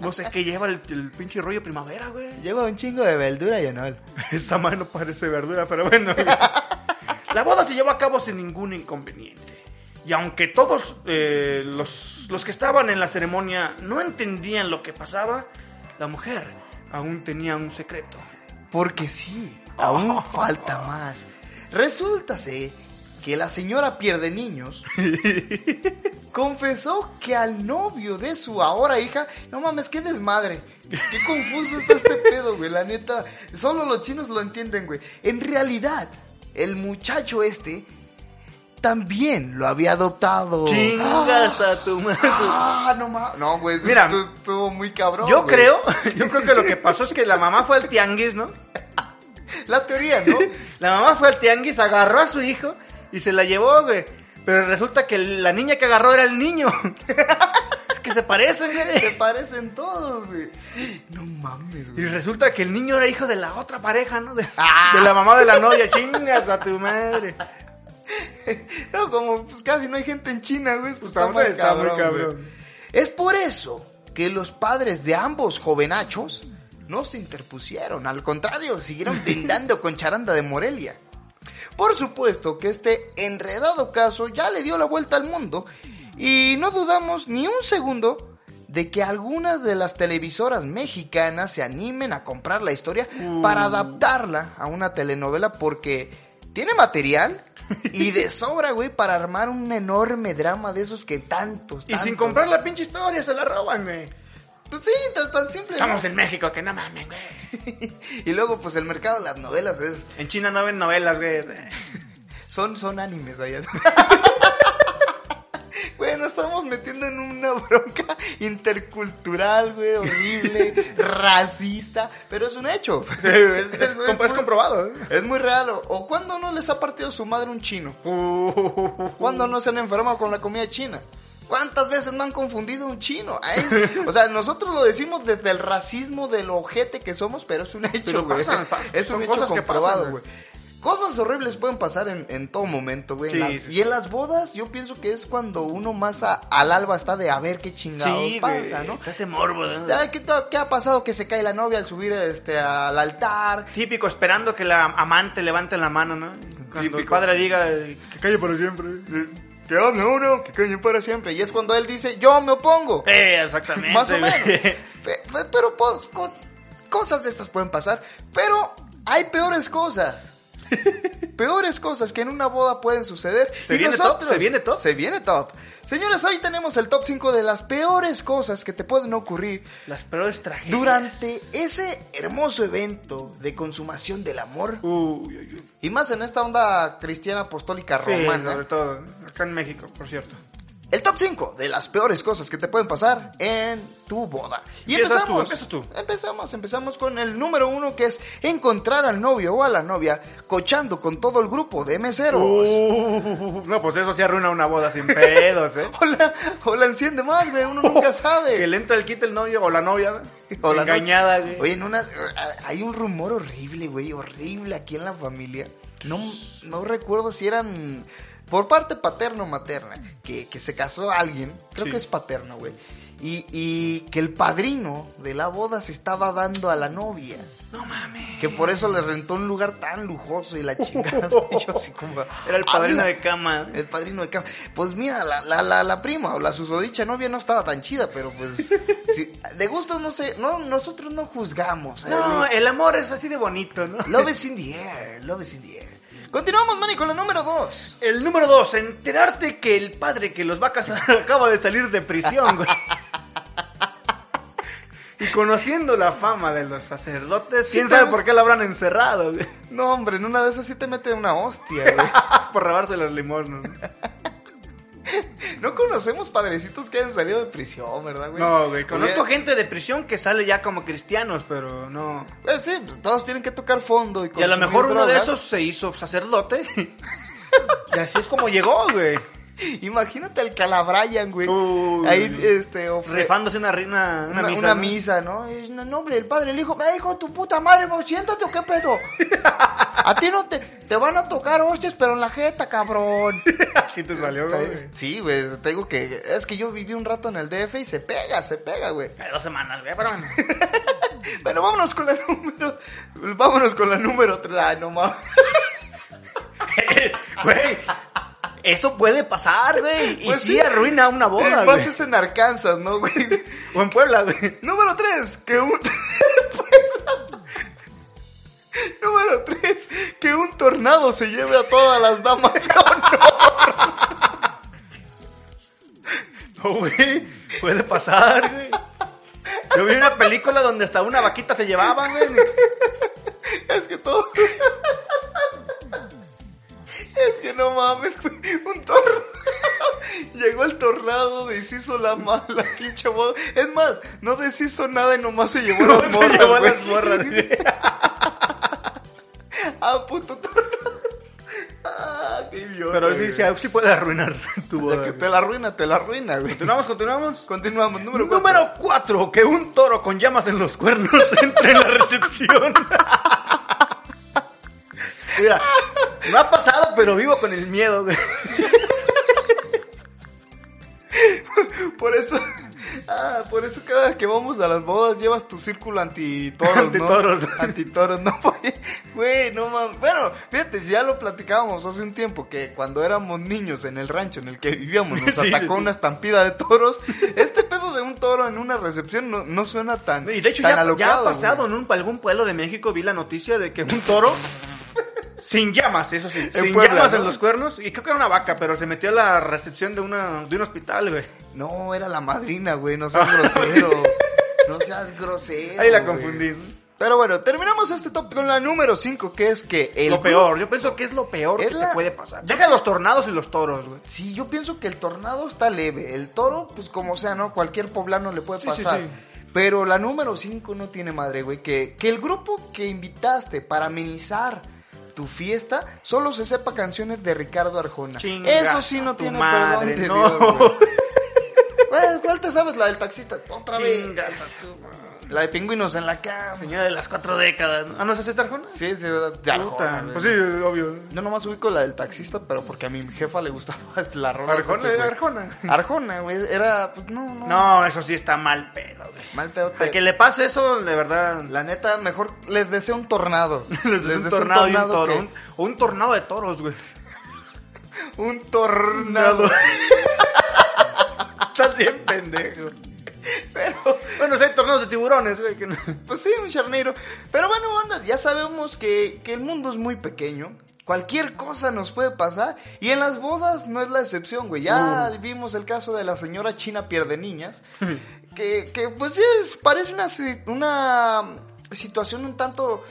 [SPEAKER 2] No sé qué lleva el, el pinche rollo primavera, güey.
[SPEAKER 1] Lleva un chingo de verdura y anol.
[SPEAKER 2] <laughs> Esa mano <laughs> parece verdura, pero bueno. güey. La boda se llevó a cabo sin ningún inconveniente. Y aunque todos eh, los, los que estaban en la ceremonia no entendían lo que pasaba, la mujer aún tenía un secreto.
[SPEAKER 1] Porque sí, aún
[SPEAKER 2] <laughs>
[SPEAKER 1] falta más. Resultase que la señora pierde
[SPEAKER 2] <laughs>
[SPEAKER 1] niños confesó que al novio de su ahora hija, no mames, qué desmadre. Qué confuso está este pedo, güey, la neta. Solo los chinos lo entienden, güey. En realidad, el muchacho este también lo había adoptado.
[SPEAKER 2] Chingas a tu madre.
[SPEAKER 1] Ah, no mames. No, güey,
[SPEAKER 2] Mira,
[SPEAKER 1] esto estuvo muy cabrón.
[SPEAKER 2] Yo
[SPEAKER 1] Oh, güey.
[SPEAKER 2] creo, <laughs> yo creo que lo que pasó es que la mamá fue al tianguis, ¿no?
[SPEAKER 1] La teoría, ¿no?
[SPEAKER 2] La mamá fue al tianguis, agarró a su hijo y se la llevó, güey. Pero resulta que la niña que agarró era el niño. <laughs> Es que se parecen,
[SPEAKER 1] <laughs> Se
[SPEAKER 2] güey.
[SPEAKER 1] parecen todos, güey. <gasps> No mames,
[SPEAKER 2] Y
[SPEAKER 1] güey.
[SPEAKER 2] resulta que el niño era hijo de la otra pareja, ¿no? De, de la mamá de la novia. Chingas a tu madre.
[SPEAKER 1] No, como pues, casi no hay gente en China, güey. Pues, está,
[SPEAKER 2] ahorita
[SPEAKER 1] más
[SPEAKER 2] está muy
[SPEAKER 1] cabrón,
[SPEAKER 2] cabrón.
[SPEAKER 1] güey. Es por eso que los padres de ambos jovenachos no se interpusieron. Al contrario, siguieron
[SPEAKER 2] <laughs>
[SPEAKER 1] brindando con charanda de Morelia. Por supuesto que este enredado caso ya le dio la vuelta al mundo y no dudamos ni un segundo de que algunas de las televisoras mexicanas se animen a comprar la historia para adaptarla a una telenovela porque tiene material y
[SPEAKER 2] <laughs>
[SPEAKER 1] de sobra, güey, para armar un enorme drama de esos que tantos.
[SPEAKER 2] Y sin
[SPEAKER 1] tantos-
[SPEAKER 2] comprar la pinche historia se la roban, güey.
[SPEAKER 1] Pues sí, tan, tan simple. ¿no?
[SPEAKER 2] Estamos en México, que no mames, güey.
[SPEAKER 1] <laughs> y luego, pues el mercado de las novelas es
[SPEAKER 2] En China no ven novelas, güey.
[SPEAKER 1] Son, son animes <laughs> allá. Güey, nos estamos metiendo en una bronca intercultural, güey, horrible, racista, pero es un
[SPEAKER 2] <laughs>
[SPEAKER 1] hecho.
[SPEAKER 2] Es, es-
[SPEAKER 1] muy-
[SPEAKER 2] es comprobado, ¿eh?
[SPEAKER 1] es muy raro. ¿O cuándo no les ha partido su madre un
[SPEAKER 2] <laughs>
[SPEAKER 1] chino? ¿Cuándo no se han enfermado con la comida china? ¿Cuántas veces no han confundido un chino? Ay, o sea, nosotros lo decimos desde el racismo del ojete que somos, pero es un hecho,
[SPEAKER 2] Pero
[SPEAKER 1] güey.
[SPEAKER 2] pasan, pa-
[SPEAKER 1] Es
[SPEAKER 2] son
[SPEAKER 1] un hecho
[SPEAKER 2] cosas que
[SPEAKER 1] comprobado,
[SPEAKER 2] pasan,
[SPEAKER 1] güey. Cosas horribles pueden pasar en, en todo momento, güey.
[SPEAKER 2] Sí,
[SPEAKER 1] En la-
[SPEAKER 2] sí, sí.
[SPEAKER 1] Y en las bodas, yo pienso que es cuando uno más a- al alba está de a ver qué chingados
[SPEAKER 2] Sí, güey.
[SPEAKER 1] pasa, ¿no?
[SPEAKER 2] Te hace morbo, ¿no?
[SPEAKER 1] Ay, ¿qué, to- qué ha pasado que se cae la novia al subir este al altar?
[SPEAKER 2] Típico, esperando que la amante levante la mano, ¿no? Cuando el
[SPEAKER 1] Típico.
[SPEAKER 2] padre diga eh, que calle para siempre.
[SPEAKER 1] Que ame uno, que calle para siempre. Y es cuando él dice, yo me opongo.
[SPEAKER 2] Eh, exactamente.
[SPEAKER 1] Más o
[SPEAKER 2] güey.
[SPEAKER 1] menos.
[SPEAKER 2] <laughs>
[SPEAKER 1] Pe- pe- Pero pues, co- cosas de estas pueden pasar. Pero hay peores
[SPEAKER 2] <laughs>
[SPEAKER 1] cosas. Peores cosas que en una boda pueden suceder.
[SPEAKER 2] ¿Se viene top? ¿Se viene top?
[SPEAKER 1] Se viene top. Señores, hoy tenemos el top 5 de las peores cosas que te pueden ocurrir
[SPEAKER 2] Las peores tragedias.
[SPEAKER 1] durante ese hermoso evento de consumación del amor.
[SPEAKER 2] Uy, uy, uy.
[SPEAKER 1] Y más en esta onda cristiana apostólica
[SPEAKER 2] Sí,
[SPEAKER 1] romana.
[SPEAKER 2] sobre todo. Acá en México, por cierto.
[SPEAKER 1] El top 5 de las peores cosas que te pueden pasar en tu boda. Y
[SPEAKER 2] Empiezas tú,
[SPEAKER 1] empezamos.
[SPEAKER 2] empiezas tú.
[SPEAKER 1] Empezamos, empezamos con el número uno que es encontrar al novio o a la novia cochando con todo el grupo de meseros.
[SPEAKER 2] Uh, no, pues eso sí arruina una boda sin
[SPEAKER 1] <laughs>
[SPEAKER 2] pedos, ¿eh?
[SPEAKER 1] O, la, o la enciende más, güey, uno
[SPEAKER 2] <laughs>
[SPEAKER 1] nunca
[SPEAKER 2] Que
[SPEAKER 1] sabe.
[SPEAKER 2] le entra el kit el novio o la novia. ¿no?
[SPEAKER 1] O la no-
[SPEAKER 2] Engañada, güey.
[SPEAKER 1] Oye, en una, hay un rumor horrible, güey, horrible aquí en la familia. No, no recuerdo si eran por parte paterno o materna, que, que se casó alguien, creo
[SPEAKER 2] Sí.
[SPEAKER 1] que es paterno, güey. Y, y que el padrino de la boda se estaba dando a la novia.
[SPEAKER 2] No mames.
[SPEAKER 1] Que por eso le rentó un lugar tan lujoso y la
[SPEAKER 2] <laughs>
[SPEAKER 1] chingada. <laughs> Y yo así como,
[SPEAKER 2] Era el padrino
[SPEAKER 1] "Ala".
[SPEAKER 2] de cama. ¿eh?
[SPEAKER 1] El padrino de cama. Pues mira, la, la, la, la prima o la susodicha novia no estaba tan chida, pero pues.
[SPEAKER 2] <laughs>
[SPEAKER 1] sí, de gusto no sé. No, nosotros no juzgamos. ¿eh?
[SPEAKER 2] No, el amor es así de bonito, ¿no?
[SPEAKER 1] Love is in the air. Love is in the air. Continuamos, Manny, con la número 2.
[SPEAKER 2] El número dos, enterarte que el padre que los va a casar <laughs> acaba de salir de prisión, güey. Y conociendo la fama de los sacerdotes, quién
[SPEAKER 1] Sí,
[SPEAKER 2] sabe
[SPEAKER 1] pero-
[SPEAKER 2] por qué la habrán
[SPEAKER 1] <laughs>
[SPEAKER 2] encerrado, güey.
[SPEAKER 1] No, hombre, en una de esas sí te mete una hostia,
[SPEAKER 2] <laughs>
[SPEAKER 1] güey.
[SPEAKER 2] Por robarse los limones.
[SPEAKER 1] No conocemos padrecitos que hayan salido de prisión, ¿verdad, güey?
[SPEAKER 2] No, güey. Conozco
[SPEAKER 1] Hubiera-
[SPEAKER 2] gente de prisión que sale ya como cristianos, pero no.
[SPEAKER 1] Eh, sí, pues, todos tienen que tocar fondo. Y,
[SPEAKER 2] Y a lo
[SPEAKER 1] consumir
[SPEAKER 2] mejor uno de
[SPEAKER 1] drogas.
[SPEAKER 2] esos se hizo sacerdote. Y así es como llegó, güey.
[SPEAKER 1] <laughs> Imagínate al Calabrayan, güey.
[SPEAKER 2] Uy.
[SPEAKER 1] Ahí, este, ofre-
[SPEAKER 2] Rifándose una, ri- una, una
[SPEAKER 1] Una, una misa,
[SPEAKER 2] misa. ¿no? <laughs>
[SPEAKER 1] ¿no? Es, no, no, hombre, el padre, el hijo, me dijo tu puta madre, no, siéntate o qué
[SPEAKER 2] <laughs>
[SPEAKER 1] pedo. A ti no te, te van a tocar hostias, pero en la jeta, cabrón.
[SPEAKER 2] Así te salió, güey.
[SPEAKER 1] Sí, güey, te digo que es que yo viví un rato en el DF y se pega, se pega, güey.
[SPEAKER 2] Eh, Dos semanas, güey, pero bueno.
[SPEAKER 1] <laughs> Bueno, vámonos con la número, vámonos con la número 3. Ay, no mames.
[SPEAKER 2] <laughs> Güey, Eso puede pasar, güey. Y
[SPEAKER 1] Pues
[SPEAKER 2] sí,
[SPEAKER 1] sí.
[SPEAKER 2] arruina una
[SPEAKER 1] Y
[SPEAKER 2] boda,
[SPEAKER 1] más
[SPEAKER 2] güey.
[SPEAKER 1] es en Arkansas, ¿no, güey?
[SPEAKER 2] <laughs> O en Puebla, güey.
[SPEAKER 1] Número 3, que un... <laughs> Número 3, que un tornado se lleve a todas las damas de honor.
[SPEAKER 2] No, güey. Puede pasar, güey. Yo vi una película donde hasta una vaquita se llevaban, güey.
[SPEAKER 1] Es que todo... Es que no mames, güey, <laughs> un tornado. Llegó el tornado, deshizo la, ma- la <laughs> pinche boda. Es más, no deshizo nada y nomás se llevó las
[SPEAKER 2] Se
[SPEAKER 1] morras.
[SPEAKER 2] llevó a
[SPEAKER 1] güey.
[SPEAKER 2] las morras, güey.
[SPEAKER 1] Ah, puto tornado. Ah, qué idiota.
[SPEAKER 2] Pero
[SPEAKER 1] güey.
[SPEAKER 2] sí, sí, sí puede arruinar
[SPEAKER 1] <laughs>
[SPEAKER 2] tu
[SPEAKER 1] De
[SPEAKER 2] boda.
[SPEAKER 1] que
[SPEAKER 2] güey.
[SPEAKER 1] te la arruina, te la arruina, güey.
[SPEAKER 2] Continuamos, continuamos.
[SPEAKER 1] Continuamos, número cuatro.
[SPEAKER 2] Número 4, que un toro con llamas en los cuernos <laughs> entre en la recepción. Mira, no ha pasado, pero vivo con el miedo. güey.
[SPEAKER 1] Por eso. Ah, por eso cada que vamos a las bodas llevas tu círculo antitoros, ¿no?
[SPEAKER 2] Antitoros.
[SPEAKER 1] Antitoros, no, Porque, güey, no mames. Bueno, fíjate, si ya lo platicábamos hace un tiempo, que cuando éramos niños en el rancho en el que vivíamos nos
[SPEAKER 2] <laughs> Sí, sí,
[SPEAKER 1] atacó
[SPEAKER 2] sí.
[SPEAKER 1] una estampida de toros. Este pedo de un toro en una recepción no, no suena tan
[SPEAKER 2] Y de hecho
[SPEAKER 1] tan
[SPEAKER 2] ya, ya ha
[SPEAKER 1] alocado,
[SPEAKER 2] pasado
[SPEAKER 1] güey.
[SPEAKER 2] en un- algún pueblo de México, vi la noticia de que un toro... Sin llamas, eso sí.
[SPEAKER 1] En
[SPEAKER 2] sin
[SPEAKER 1] Puebla,
[SPEAKER 2] llamas
[SPEAKER 1] ¿no?
[SPEAKER 2] en los cuernos. Y creo que era una vaca, pero se metió a la recepción de, una, de un hospital, güey.
[SPEAKER 1] No, era la madrina, güey, no seas
[SPEAKER 2] <laughs>
[SPEAKER 1] grosero. No seas grosero.
[SPEAKER 2] Ahí la
[SPEAKER 1] güey.
[SPEAKER 2] confundí.
[SPEAKER 1] Pero bueno, terminamos este top con la número 5, que es que el
[SPEAKER 2] Lo peor, yo pienso que es lo peor
[SPEAKER 1] Es
[SPEAKER 2] que
[SPEAKER 1] la-
[SPEAKER 2] te puede pasar. Deja los tornados y los toros, güey.
[SPEAKER 1] Sí, yo pienso que el tornado está leve. El toro, pues como sea, ¿no? Cualquier poblano le puede
[SPEAKER 2] Sí, sí,
[SPEAKER 1] pasar.
[SPEAKER 2] sí.
[SPEAKER 1] Pero la número 5 no tiene madre, güey. Que, que el grupo que invitaste para amenizar tu fiesta solo se sepa canciones de Ricardo Arjona.
[SPEAKER 2] Chingas
[SPEAKER 1] Eso sí no
[SPEAKER 2] a tu
[SPEAKER 1] tiene
[SPEAKER 2] madre,
[SPEAKER 1] perdón de
[SPEAKER 2] no.
[SPEAKER 1] Dios, güey. Güey, ¿Cuál te sabes? La del taxista. Otra
[SPEAKER 2] Chingas a tu madre.
[SPEAKER 1] vez. La de pingüinos en la cama.
[SPEAKER 2] Señora de las cuatro décadas. ¿no? Ah, ¿no es César Jona?
[SPEAKER 1] Sí, sí, ¿verdad? De Arjona, güey.
[SPEAKER 2] Pues sí, obvio.
[SPEAKER 1] Yo nomás ubico la del taxista, pero porque a mi jefa le gustaba <laughs> la rola. de
[SPEAKER 2] Arjona,
[SPEAKER 1] ese güey.
[SPEAKER 2] Arjona.
[SPEAKER 1] Arjona, güey, era, pues no, no.
[SPEAKER 2] No, eso sí está mal pedo, güey.
[SPEAKER 1] Mal pedo.
[SPEAKER 2] Al que le pase eso, de verdad.
[SPEAKER 1] La neta, mejor les deseo un tornado.
[SPEAKER 2] <laughs> Les deseo un
[SPEAKER 1] deseo
[SPEAKER 2] tornado, y un toro.
[SPEAKER 1] que-
[SPEAKER 2] un- o un tornado de toros, <laughs> güey.
[SPEAKER 1] Un tornado.
[SPEAKER 2] <laughs> Estás bien pendejo. Pero, bueno, si hay tornados de tiburones, güey. que no-
[SPEAKER 1] Pues sí, un charnero. Pero bueno, banda, ya sabemos que, que el mundo es muy pequeño. Cualquier cosa nos puede pasar. Y en las bodas no es la excepción, güey. Ya vimos el caso de la señora China Pierde Niñas. que, que, pues sí, es, parece una, si- una situación un tanto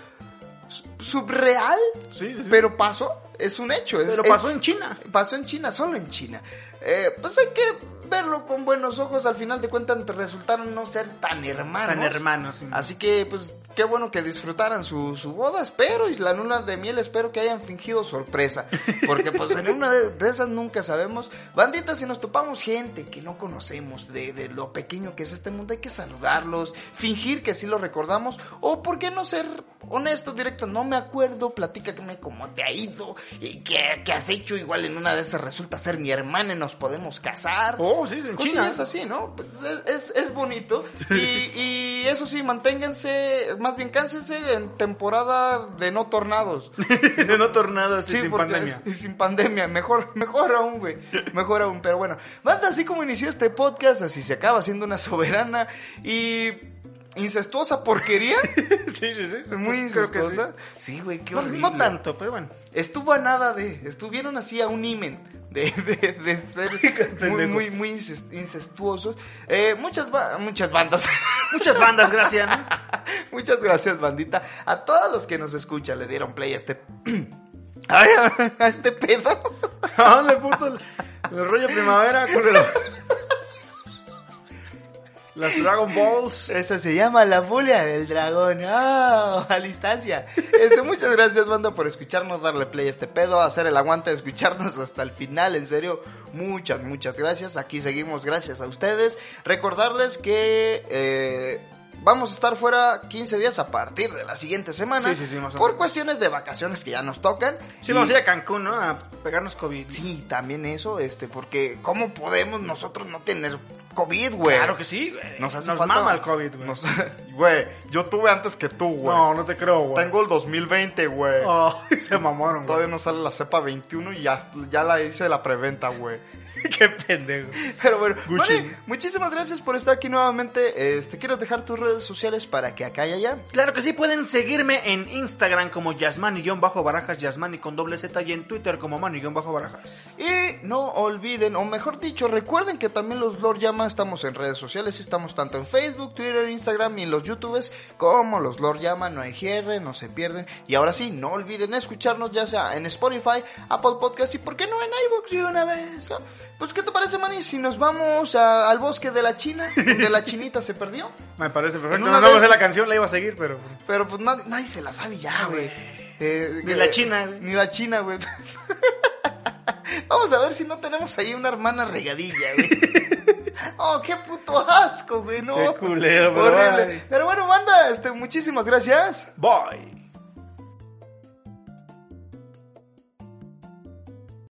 [SPEAKER 1] su- subreal.
[SPEAKER 2] Sí, sí.
[SPEAKER 1] Pero pasó. Es un hecho. es-
[SPEAKER 2] Pero
[SPEAKER 1] es-
[SPEAKER 2] pasó en China.
[SPEAKER 1] Pasó en China, solo en China. Eh, pues hay que verlo con buenos ojos. Al final de cuentas resultaron no ser tan hermanos.
[SPEAKER 2] Tan hermanos. sí.
[SPEAKER 1] Así que, pues, qué bueno que disfrutaran su, su boda, espero, y la luna de miel, espero que hayan fingido sorpresa. Porque, pues, en una de, de esas nunca sabemos. Bandita, si nos topamos gente que no conocemos, de, de lo pequeño que es este mundo, hay que saludarlos, fingir que sí lo recordamos, o por qué no ser honestos, directos, no me acuerdo, platícame cómo te ha ido, y qué, qué has hecho, igual en una de esas resulta ser mi hermana y nos podemos casar.
[SPEAKER 2] Oh, sí, en China.
[SPEAKER 1] Cosillas así, ¿no? Pues, Es, es- es bonito. Y, y eso sí, manténganse, más bien cánsense en temporada de no
[SPEAKER 2] <laughs>
[SPEAKER 1] tornados.
[SPEAKER 2] De no tornados sí, sin
[SPEAKER 1] porque-
[SPEAKER 2] <laughs> pandemia.
[SPEAKER 1] y <laughs> sin pandemia, mejor, mejor aún, güey. Mejor aún, pero bueno. Banda, así como inició este podcast, así se acaba siendo una soberana y incestuosa
[SPEAKER 2] <laughs>
[SPEAKER 1] porquería.
[SPEAKER 2] Sí, sí, sí.
[SPEAKER 1] Muy
[SPEAKER 2] Creo que sí.
[SPEAKER 1] incestuosa. Sí, güey, qué
[SPEAKER 2] No,
[SPEAKER 1] horrible.
[SPEAKER 2] no tanto, pero bueno.
[SPEAKER 1] Estuvo a nada de. Estuvieron así a un imen. De, de, de ser muy,
[SPEAKER 2] pendejo.
[SPEAKER 1] muy, muy inces- incestuosos. Eh, muchas, ba- muchas bandas. <laughs>
[SPEAKER 2] Muchas bandas, gracias. ¿no?
[SPEAKER 1] muchas gracias, bandita. A todos los que nos escuchan le dieron play a este. <clears throat> Ay, a este pedo.
[SPEAKER 2] <laughs> ¿A dónde puto el, el rollo primavera? con el- <laughs> Las Dragon Balls.
[SPEAKER 1] Eso se llama la furia del dragón. Ah, a la instancia. Este, muchas gracias, banda, por escucharnos, darle play a este pedo, hacer el aguante de escucharnos hasta el final. En serio, muchas, muchas gracias. Aquí seguimos, gracias a ustedes. Recordarles que eh, vamos a estar fuera 15 días a partir de la siguiente semana.
[SPEAKER 2] Sí, sí, sí, más o
[SPEAKER 1] por
[SPEAKER 2] menos.
[SPEAKER 1] cuestiones de vacaciones que ya nos tocan.
[SPEAKER 2] Sí,
[SPEAKER 1] Y-
[SPEAKER 2] vamos a ir a Cancún, ¿no? A pegarnos COVID.
[SPEAKER 1] Sí, también eso, este, porque ¿cómo podemos nosotros no tener COVID, güey.
[SPEAKER 2] Claro que sí, güey.
[SPEAKER 1] Nos, hace falta-
[SPEAKER 2] mama el COVID, güey. <laughs>
[SPEAKER 1] Nos- Güey, yo tuve antes que tú, güey.
[SPEAKER 2] No, no te creo, güey.
[SPEAKER 1] Tengo el 2020, güey.
[SPEAKER 2] Oh, <laughs> se mamaron, güey.
[SPEAKER 1] Todavía no sale la cepa 21 y ya, ya la hice la preventa, güey.
[SPEAKER 2] Qué pendejo.
[SPEAKER 1] <laughs> Pero bueno,
[SPEAKER 2] Gucci.
[SPEAKER 1] Vane, muchísimas gracias por estar aquí nuevamente. Este, ¿Quieres dejar tus redes sociales para que acá y allá?
[SPEAKER 2] Claro que sí, pueden seguirme en Instagram como Yasmani-Barajas, Yasmani con doble Z y en Twitter como Mani-Barajas.
[SPEAKER 1] Y no olviden, o mejor dicho, recuerden que también los Lord Llama estamos en redes sociales, estamos tanto en Facebook, Twitter, Instagram y en los YouTubes como los Lord Llama, no hay cierre, no se pierden. Y ahora sí, no olviden escucharnos ya sea en Spotify, Apple Podcast y por qué no en iVoox de una vez. ¿no? Pues qué te parece, Manny, si nos vamos a- al bosque de la China, donde la chinita se perdió,
[SPEAKER 2] Me parece
[SPEAKER 1] En
[SPEAKER 2] perfecto.
[SPEAKER 1] una
[SPEAKER 2] No, no
[SPEAKER 1] vez-
[SPEAKER 2] sé la canción, la iba a seguir, pero...
[SPEAKER 1] pero pues nadie, nadie se la sabe ya, güey. Eh,
[SPEAKER 2] Ni
[SPEAKER 1] eh,
[SPEAKER 2] la China, güey.
[SPEAKER 1] Ni la China, güey. <laughs> Vamos a ver si no tenemos ahí una hermana regadilla,
[SPEAKER 2] <laughs>
[SPEAKER 1] güey. Oh, qué puto asco, güey, no.
[SPEAKER 2] Oh, Qué culero, pero
[SPEAKER 1] Horrible.
[SPEAKER 2] ay.
[SPEAKER 1] Pero bueno, banda, este, muchísimas gracias.
[SPEAKER 2] Bye.